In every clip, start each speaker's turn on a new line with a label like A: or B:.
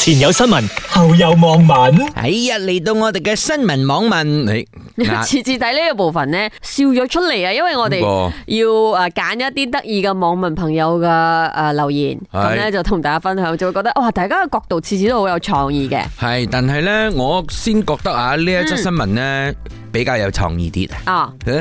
A: 前有新聞，後有網民。
B: 哎呀，嚟到我哋嘅新聞網民，你
C: 次次睇呢個部分咧，笑咗出嚟啊！因為我哋
B: 邊
C: 要啊揀一啲得意嘅網民朋友嘅誒留言，
B: 係
C: 咁咧就同大家分享，就會覺得哇，大家嘅角度次次都好有創意嘅
B: 係，但係呢，我先覺得啊，呢一則新聞呢比較有創意啲。
C: 啊！
B: 係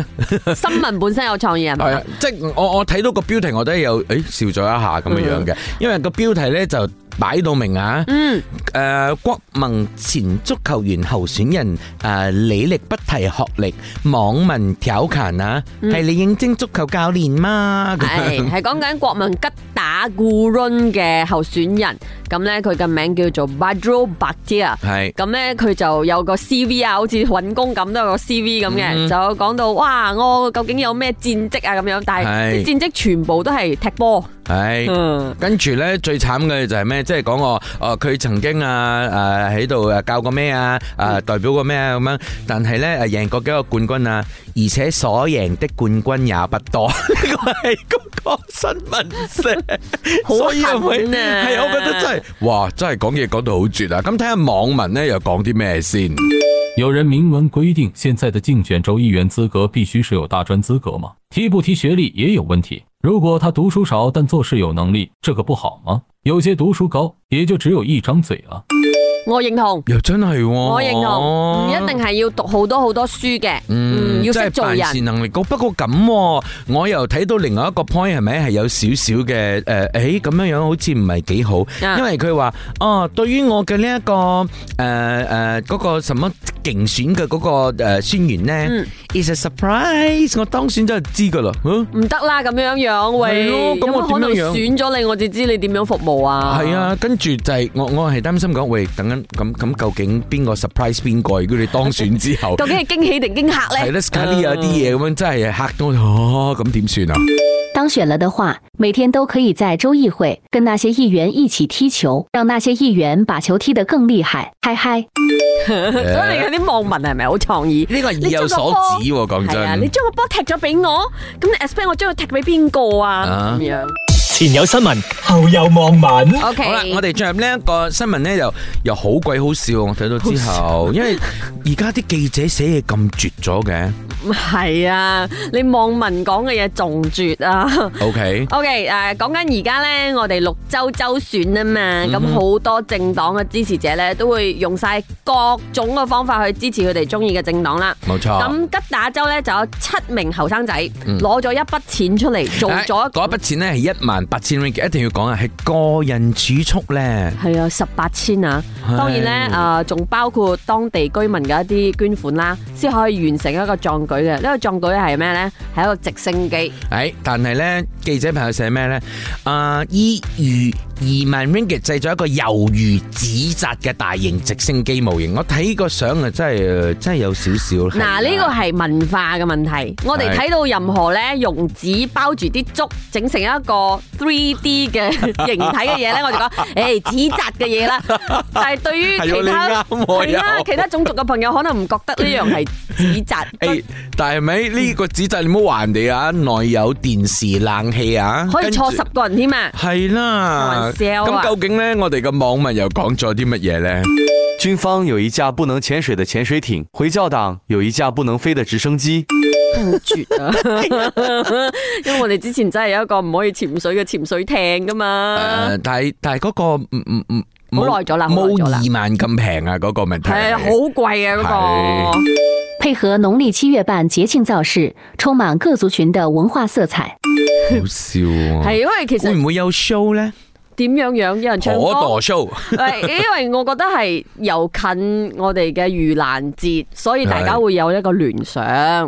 C: 新聞本身有創意係
B: 啊
C: 咪？，
B: 即係我我睇到個標題，我都有誒笑咗一下咁樣樣嘅，因為個標題呢就擺到明啊。
C: 嗯，
B: 诶、国盟前足球员候选人诶、呃履历不提学历，网民挑衅啊，系、你应征足球教练嘛？咁
C: 係 係講緊國民吉打古倫嘅候選人，咁咧佢嘅名叫做 Badro b a t i a
B: 系
C: 咁咧佢就有個 CV 啊，好似揾工咁都有個 CV 咁嘅，
B: 嗯
C: 就講到哇，我究竟有咩戰績啊咁樣，但係
B: 係
C: 啲戰績全部都係踢波，
B: 系。
C: 嗯，
B: 跟住呢，最慘嘅就係咩？即係講我，哦佢曾經啊誒喺度誒教過咩啊？誒、代表過咩啊咁樣？但係呢，誒贏過幾個冠軍啊，而且所贏的冠軍也不多。 呢個係嗰個新聞社，
C: 好
B: 所以係
C: 狠
B: 咪
C: 啊
B: 係我覺得真係哇，真係講嘢講到好絕啊！咁睇下網民呢，又講啲咩先。
D: 有人明文规定，现在的竞选州议员资格必须是有大专资格吗？提不提学历也有问题。如果他读书少但做事有能力，这个不好吗？有些读书高，也就只有一张嘴啊。
C: 我認同。
B: 又真係喎，
C: 我認同，唔一定係要讀好多好多書嘅，嗯，要
B: 真
C: 識
B: 係
C: 做
B: 辦
C: 人，
B: 事能力高。不過咁喎，我又睇到另外一個 point 係咪係有少少嘅誒？誒、咁樣樣好似唔係幾好，
C: 啊
B: 因為佢話哦，對於我嘅呢一個誒誒嗰個什麼競選嘅嗰、個、呃、宣言呢、
C: 嗯
B: i s a surprise，我當選咗就知噶啦。嗯
C: 唔得啦咁樣樣，喂，
B: 係咯咁我
C: 有冇可能
B: 點樣樣
C: 選咗你，我就知你點樣服務啊？
B: 係啊，跟住就係、我我係擔心講，喂，等緊咁咁究竟邊個 surprise 邊個？如果你當選之後，
C: 究竟係驚喜定驚嚇咧？
B: 係啦 s c a r l 有啲嘢咁樣真係嚇到哦，咁點算啊？
E: 当选了的话，每天都可以在州议会跟那些议员一起踢球，让那些议员把球踢得更厉害，嗨嗨。
C: 所以你嗰啲網民係咪好創意？
B: 呢個係意
C: 你
B: 有
C: 將個
B: 所
C: 波
B: 指喎，講
C: 係啊，
B: 真
C: 你。將個波踢咗俾我，咁你 expect 我將佢踢俾邊個啊？
B: 啊
C: 咁樣
A: 前有新聞，後有網民。
C: ，OK，
B: 好啦，我哋進入呢一個新聞咧，又又好鬼好笑，我睇到之 後，因為而家啲記者寫嘢咁絕咗嘅
C: 係啊，你網民講嘅嘢仲絕啊！
B: ，OK，
C: O.K. 誒、講緊而家咧，我哋六州州選啊嘛，咁
B: 嗯
C: 好、多政黨嘅支持者咧，都會用晒各種嘅方法去支持佢哋中意嘅政黨啦。
B: 冇
C: 咁、
B: 錯。
C: 吉打州咧就有七名後生仔
B: 啊嗯
C: 攞咗一筆錢出嚟，做咗
B: 哎
C: 一個
B: 嗰一筆錢咧係一萬八千 ringgit，一定要講啊，係個人儲蓄咧。
C: 係啊十八千啊！
B: 係
C: 當然咧，誒、仲包括當地居民嘅一啲捐款啦，先可以完成一個壯舉嘅。呢、個壯舉係咩咧？係一個直升機。
B: 誒，但係咧記者朋友寫咩咧？啊，依如二萬 ringgit 製作一個猶如紙紮嘅大型直升機模型，我睇個相啊，真係真係有少少。
C: 嗱，呢個係文化嘅問題。我哋睇到任何咧用紙包住啲竹，整成一個 three D 嘅 形體嘅嘢咧，我哋 講，誒紙紮嘅嘢啦。但係對於
B: 係喎
C: 其他
B: 你啱喎
C: 係啊
B: 又
C: 其他種族嘅朋友，可能唔覺得呢樣係 紙紮。
B: 诶，但系咪呢個紙紮你唔好話人哋啊，內有電視、冷氣啊，
C: 可以坐十個人添啊！
B: 系啦。
C: 開玩笑
B: 咁
C: 啊
B: 究竟呢？我哋嘅網民又講咗啲乜嘢呢？
F: 军方有一架不能潜水的潜水艇，回教党有一架不能飞的直升机。
C: 好絕啊！ 因為我哋之前真係有一個唔可以潛水嘅潛水艇噶嘛，
B: 诶，但係但系嗰個唔唔唔，
C: 好
B: 冇
C: 耐咗啦好
B: 冇
C: 耐咗啦
B: 二萬咁平啊！嗰個問題
C: 係啊好貴啊嗰個。
E: 配合农历七月半节庆造势，充满各族群的文化色彩。
B: 好笑啊！
C: 係因為其
B: 會
C: 實
B: 唔會有 show 呢？
C: 點樣樣有人
B: 可
C: 唱歌。
B: 墮 show
C: 诶，因為我覺得係又近我哋嘅盂蘭節，所以大家會有一個聯想。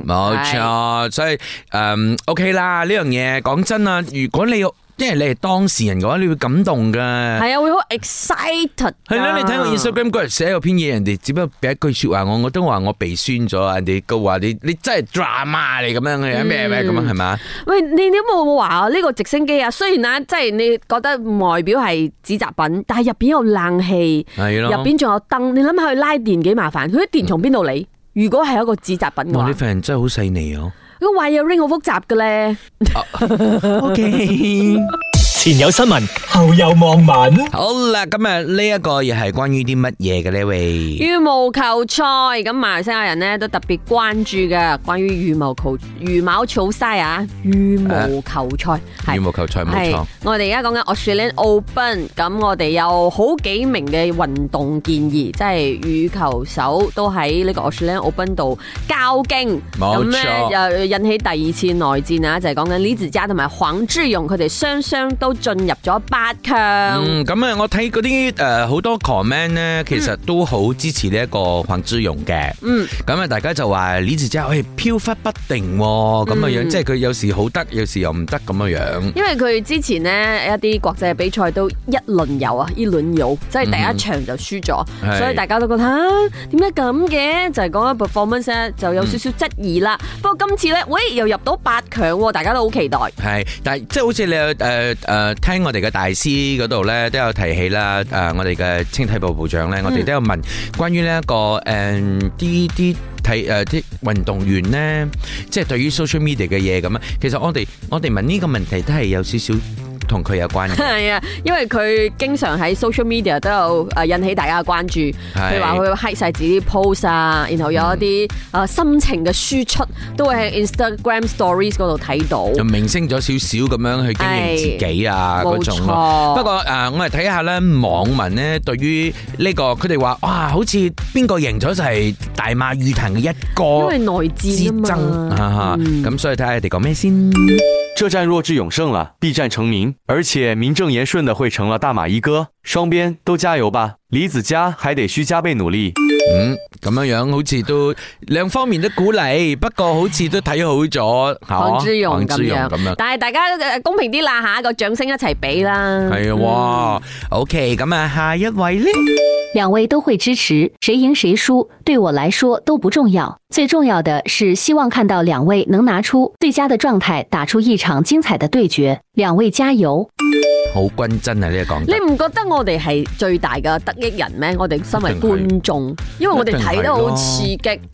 B: 冇錯，所以诶，OK 啦，呢樣嘢講真啊，如果你要，因為你係當事人嘅話，你會感動㗎。
C: 係，係啊，會好 excited 㗎。
B: 係啦，你睇
C: 啊
B: 我 Instagram 嗰日寫嗰篇嘢，人哋只不過俾一句说話我，我都話我鼻酸咗啊！人哋都話你你真係 drama 嚟咁樣
C: 嗯
B: 嘅咩咩咁樣係啊嘛？
C: 喂，你你有冇話啊？呢個直升機啊，雖然啊，即係你覺得外表係紙紮品，但係入邊有冷氣，
B: 啊係
C: 入
B: 咯。
C: 邊仲有燈。你諗下佢拉電幾麻煩？佢啲電從邊度嚟？如果係一個紙紮品嘅
B: 哇！
C: 話
B: 呢，份人真係好細膩哦。
C: 個 wiring 好複雜嘅咧。
B: OK。
A: 前有新聞，後有網民。
B: 好啦，今日呢一個又係關於啲乜嘢嘅呢？喂，
C: 羽毛球賽咁馬來西亞人咧都特別關注嘅，關於羽毛球羽毛球賽啊，羽毛球賽係
B: 呃羽毛球賽冇錯
C: 係，我哋而家講緊 Australian Open，咁我哋有好幾名嘅運動建議，即係羽球手都喺呢個 Australian Open 度交經，
B: 冇
C: 咁
B: 錯
C: 咧又引起第二次內戰啊，就係講緊李子嘉同埋黃智勇佢哋雙雙都進入咗八強。
B: 嗯，咁啊，我睇嗰啲誒好多 comment 咧，其實都好支持呢一個黃之勇嘅。
C: 嗯，
B: 咁啊，大家就話李治真係飄忽不定喎，咁嘅樣，
C: 嗯
B: 即係佢有時好得，有時又唔得咁嘅樣。
C: 因為佢之前呢，一啲國際比賽都一輪遊啊，一輪遊，即係第一場就輸咗，
B: 係
C: 所以大家都覺得啊點解咁嘅？就係講緊 performance 呢就
B: 嗯
C: 有少少質疑啦。不過今次呢，喂又入到八強喎，大家都好期待。
B: 係，但係即係好似你誒誒、呃、聽我哋嘅大師嗰度咧，都有提起啦。誒、我哋嘅青體部部長咧，我哋都有問關於呢一個誒啲啲體誒啲運動員咧，即係對於 social media 嘅嘢咁啊。其實我哋我哋問呢個問題都係有少少同佢有關嘅。
C: 係啊，因為佢經常喺 social media 都有誒引起大家嘅關注，
B: 係
C: 譬如話佢 hide 晒自己啲 post 啊，然後有一啲
B: 嗯
C: 誒心情嘅輸出，都會喺 Instagram Stories 嗰度睇到。
B: 就明星咗少少咁樣去經營自己啊
C: 係
B: 嗰種咯。
C: 冇錯
B: 不過誒、呃我哋睇下咧網民咧對於呢、個佢哋話哇，好似邊個贏咗就係大馬羽壇嘅一
C: 因
B: 哥
C: 為內
B: 哦之
C: 戰啊
B: 爭
C: 嘛，
B: 啊，
C: 嗯
B: 咁所以睇下佢哋講咩先。
F: 这战若智勇胜了，必战成名，而且名正言顺的会成了大马一哥。双边都加油吧，李子嘉还得需加倍努力。
B: 嗯，咁樣樣好似都兩方面都鼓勵，不過好似都睇好咗嚇
C: 唐之勇咁
B: 之勇
C: 樣，
B: 咁樣。
C: 但係大家呃公平啲啦吓，個掌聲一齊俾啦。
B: 係啊，
C: 嗯
B: 哇！OK，咁啊，下一位呢？
E: 两位都会支持，谁赢谁输对我来说都不重要，最重要的是希望看到两位能拿出最佳的状态，打出一场精彩的对决。两位加油！
B: 好均真啊！呢個講得
C: 你唔覺得我哋係最大嘅得益人咩？我哋身為觀眾，因為我哋睇得好刺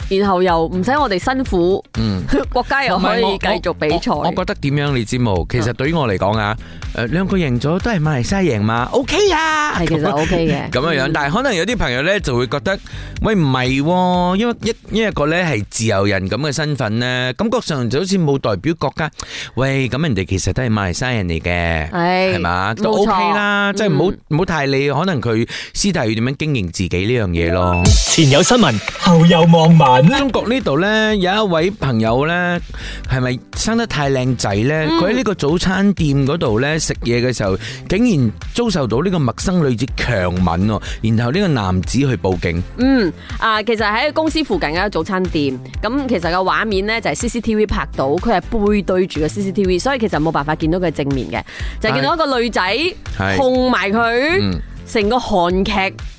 C: 激，然後又唔使我哋辛苦，
B: 嗯。
C: 國家又可以繼續比
B: 我我
C: 賽。
B: 覺得點樣你知冇？其實對於我嚟講啊，誒兩個贏咗都係馬來西亞贏嘛，OK à. 啊。
C: 係其實 OK 嘅。
B: 咁樣樣，但係可能有啲朋友咧就會覺得，喂唔係喎，因為一一個咧係自由人咁嘅身份咧，感覺上就好似冇代表國家。喂，咁人哋其實都係馬來西亞人嚟嘅。
C: 係
B: 係嘛，都
C: 冇
B: OK
C: 錯
B: 啦，即係唔好
C: 嗯
B: 唔好太理，可能佢私底下要點樣經營自己呢樣嘢咯。
A: 前有新聞，後有網民。
B: 中國呢度呢，有一位朋友呢，係咪生得太靚仔呢？佢喺呢個早餐店嗰度呢，食嘢嘅時候，竟然遭受到呢個陌生女子強吻喎，然後呢個男子去報警。
C: 嗯，啊，其實喺公司附近嘅早餐店，咁其實個畫面呢就係 CCTV 拍到，佢係背對住個 CCTV，所以其實冇辦法見到佢正面嘅，就係見到一個女仔
B: 係
C: 控埋佢
B: 嗯，
C: 成個韓劇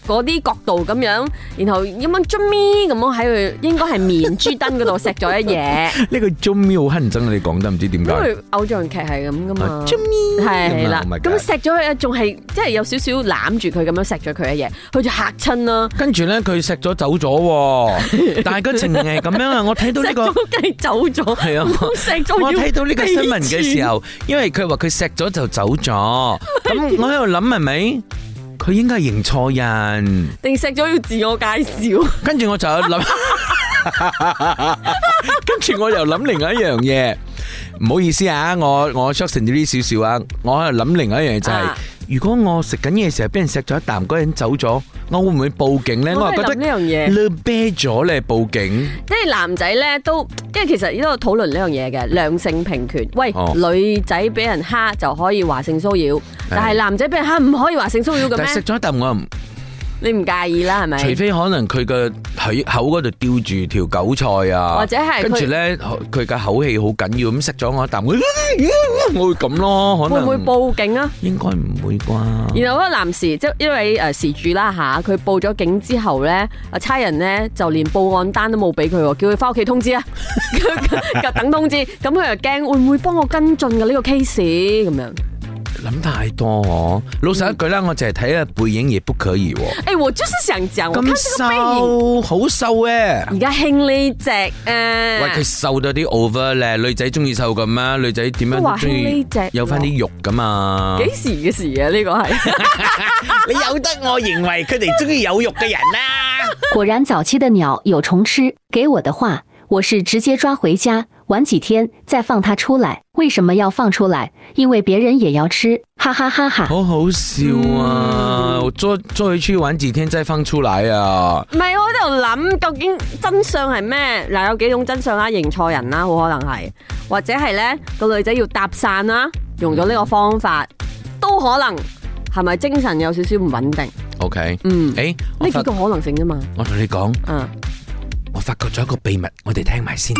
C: 嗰啲角度咁樣，然後咁樣捽咪咁樣喺佢，應該係面珠燈嗰度錫咗 一嘢，
B: 呢個 j o m 好乞人憎，你講得唔知點解
C: 因。為偶像劇係咁噶嘛
B: 啊。啾咪
C: 係
B: 咁啊，
C: 啦
B: ，Oh my
C: 咁
B: God
C: 錫咗佢，仲係即係有少少攬住佢咁樣錫咗佢一嘢，佢就嚇親啦，
B: 跟住呢，佢食咗走咗 喎，但係佢情形係咁樣啊！我睇到呢
C: 錫
B: 個
C: 咗。跟住走咗。
B: 係啊，
C: 錫咗
B: 我
C: 要
B: 睇到呢個新聞嘅時
C: 俾
B: 候，因為佢話佢錫咗就走咗，咁我喺度諗係咪佢應該係認錯人？
C: 定食咗要自我介紹，
B: 跟住我就 諗，跟住我又諗另外一樣嘢。唔好意思啊，我我 short 成咗呢少少啊，我喺度諗另外一樣嘢就係、
C: 啊
B: 如果我食緊嘢嘅時候俾人錫咗一啖，嗰個人走咗，我會唔會報警咧？我
C: 我
B: 係
C: 都係
B: 覺
C: 諗呢
B: 得
C: 樣嘢，
B: 你啤咗你報警，
C: 即係男仔咧都，因為其實呢度討論呢樣嘢嘅兩性平權。喂，
B: 哦
C: 女仔俾人蝦就可以話性騷擾，但係男仔俾人蝦唔可以話性騷擾嘅
B: 但係食
C: 咩？
B: 咗一啖我又唔，
C: 你唔介意啦，係咪？
B: 除非可能佢個喺口嗰度吊住條韭菜啊，
C: 或者係
B: 跟住
C: 佢
B: 咧佢嘅口氣好緊要咁食咗我一啖，我我會咁咯，可
C: 會
B: 能
C: 唔會報警啊？
B: 應該唔會啩？
C: 然後嗰個男士即係因為誒事主啦吓，佢報咗警之後咧，啊差人咧就連報案單都冇俾佢喎，叫佢翻屋企通知 啊，等通知。咁佢又驚會唔會幫我跟進嘅呢個 case 咁樣？
B: 谂太多哦。老實一句啦，我就係睇下背影也不可以喎。
C: 哎，我就是想讲，我看
B: 咁
C: 这个背影，
B: 瘦，好瘦诶！
C: 而家兴呢呃只诶，
B: 喂，佢瘦到啲 over 咧，女仔中意瘦咁咩？女仔點樣
C: 都
B: 都
C: 話興
B: 中意
C: 呢隻
B: 有翻啲肉噶嘛？
C: 几时嘅事啊？呢个系
B: 你由得我認為佢哋中意有肉嘅人啦、
E: 果然早期的鸟有虫吃，给我的话，我是直接抓回家，晚几天再放它出来。为什么要放出来？因为别人也要吃，哈哈哈哈。
B: 好好笑啊！我捉捉佢去玩幾天再放出來啊！
C: 唔系？我喺度谂，究竟真相系咩？嗱，有几种真相啦，认错人啦，好可能系，或者系咧个女仔要搭讪啦，用咗呢个方法，都可能系咪精神有少少唔稳定？
B: OK，
C: 嗯，
B: 诶、我
C: 呢几
B: 發
C: 个可能性啫嘛，
B: 我同你講，
C: 嗯。
B: 我發覺咗一個秘密，我哋聽埋先。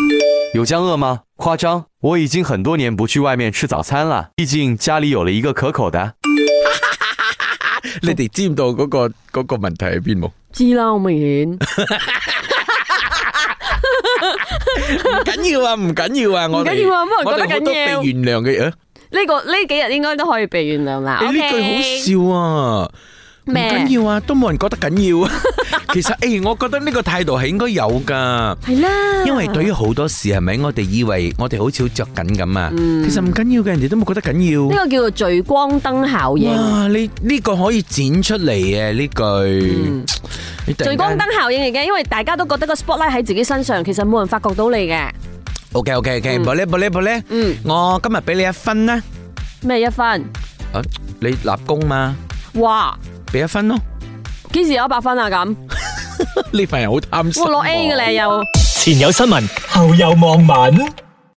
F: 有江饿吗？夸张，我已经很多年不去外面吃早餐了，毕竟家里有了一个可口的。
B: 你哋知唔到嗰、個嗰、個問題喺 邊冇？
C: 知啦，好明顯。
B: 唔緊要啊，唔緊要啊，我哋
C: 唔緊要啊冇人
B: 我哋
C: 覺得
B: 好多
C: 緊要
B: 被原諒嘅嘢。
C: 呢、個呢幾日應該都可以被原諒啦。
B: 誒
C: OK
B: 呢句好笑啊！唔
C: 咩
B: 緊要啊，都冇人覺得 緊要啊。其實诶、誒我覺得呢個態度係應該有㗎。
C: 係啦，
B: 因為對於好多事係咪，我哋以為我哋好似好着緊咁啊，其實唔緊要嘅，人哋都冇覺得緊
C: 呢
B: 要。
C: 個叫做聚光燈效應。
B: 哇！你呢個可以剪出嚟嘅呢句
C: 嗯，
B: 你突然間
C: 聚光燈效應嚟嘅，因為大家都覺得個 spotlight 喺自己身上，其實冇人發覺到你嘅。
B: OK OK OK，冇咧冇咧冇咧，
C: 嗯，
B: 我今日俾你一分啦，
C: 咩一分？
B: 啊你立功嘛，
C: 哇！
B: 俾一分咯。
C: 幾時有一百分啊？咁
B: 呢份人好貪心喎。
C: 我攞 A 嘅咧又。
A: 前有新聞，後有網民。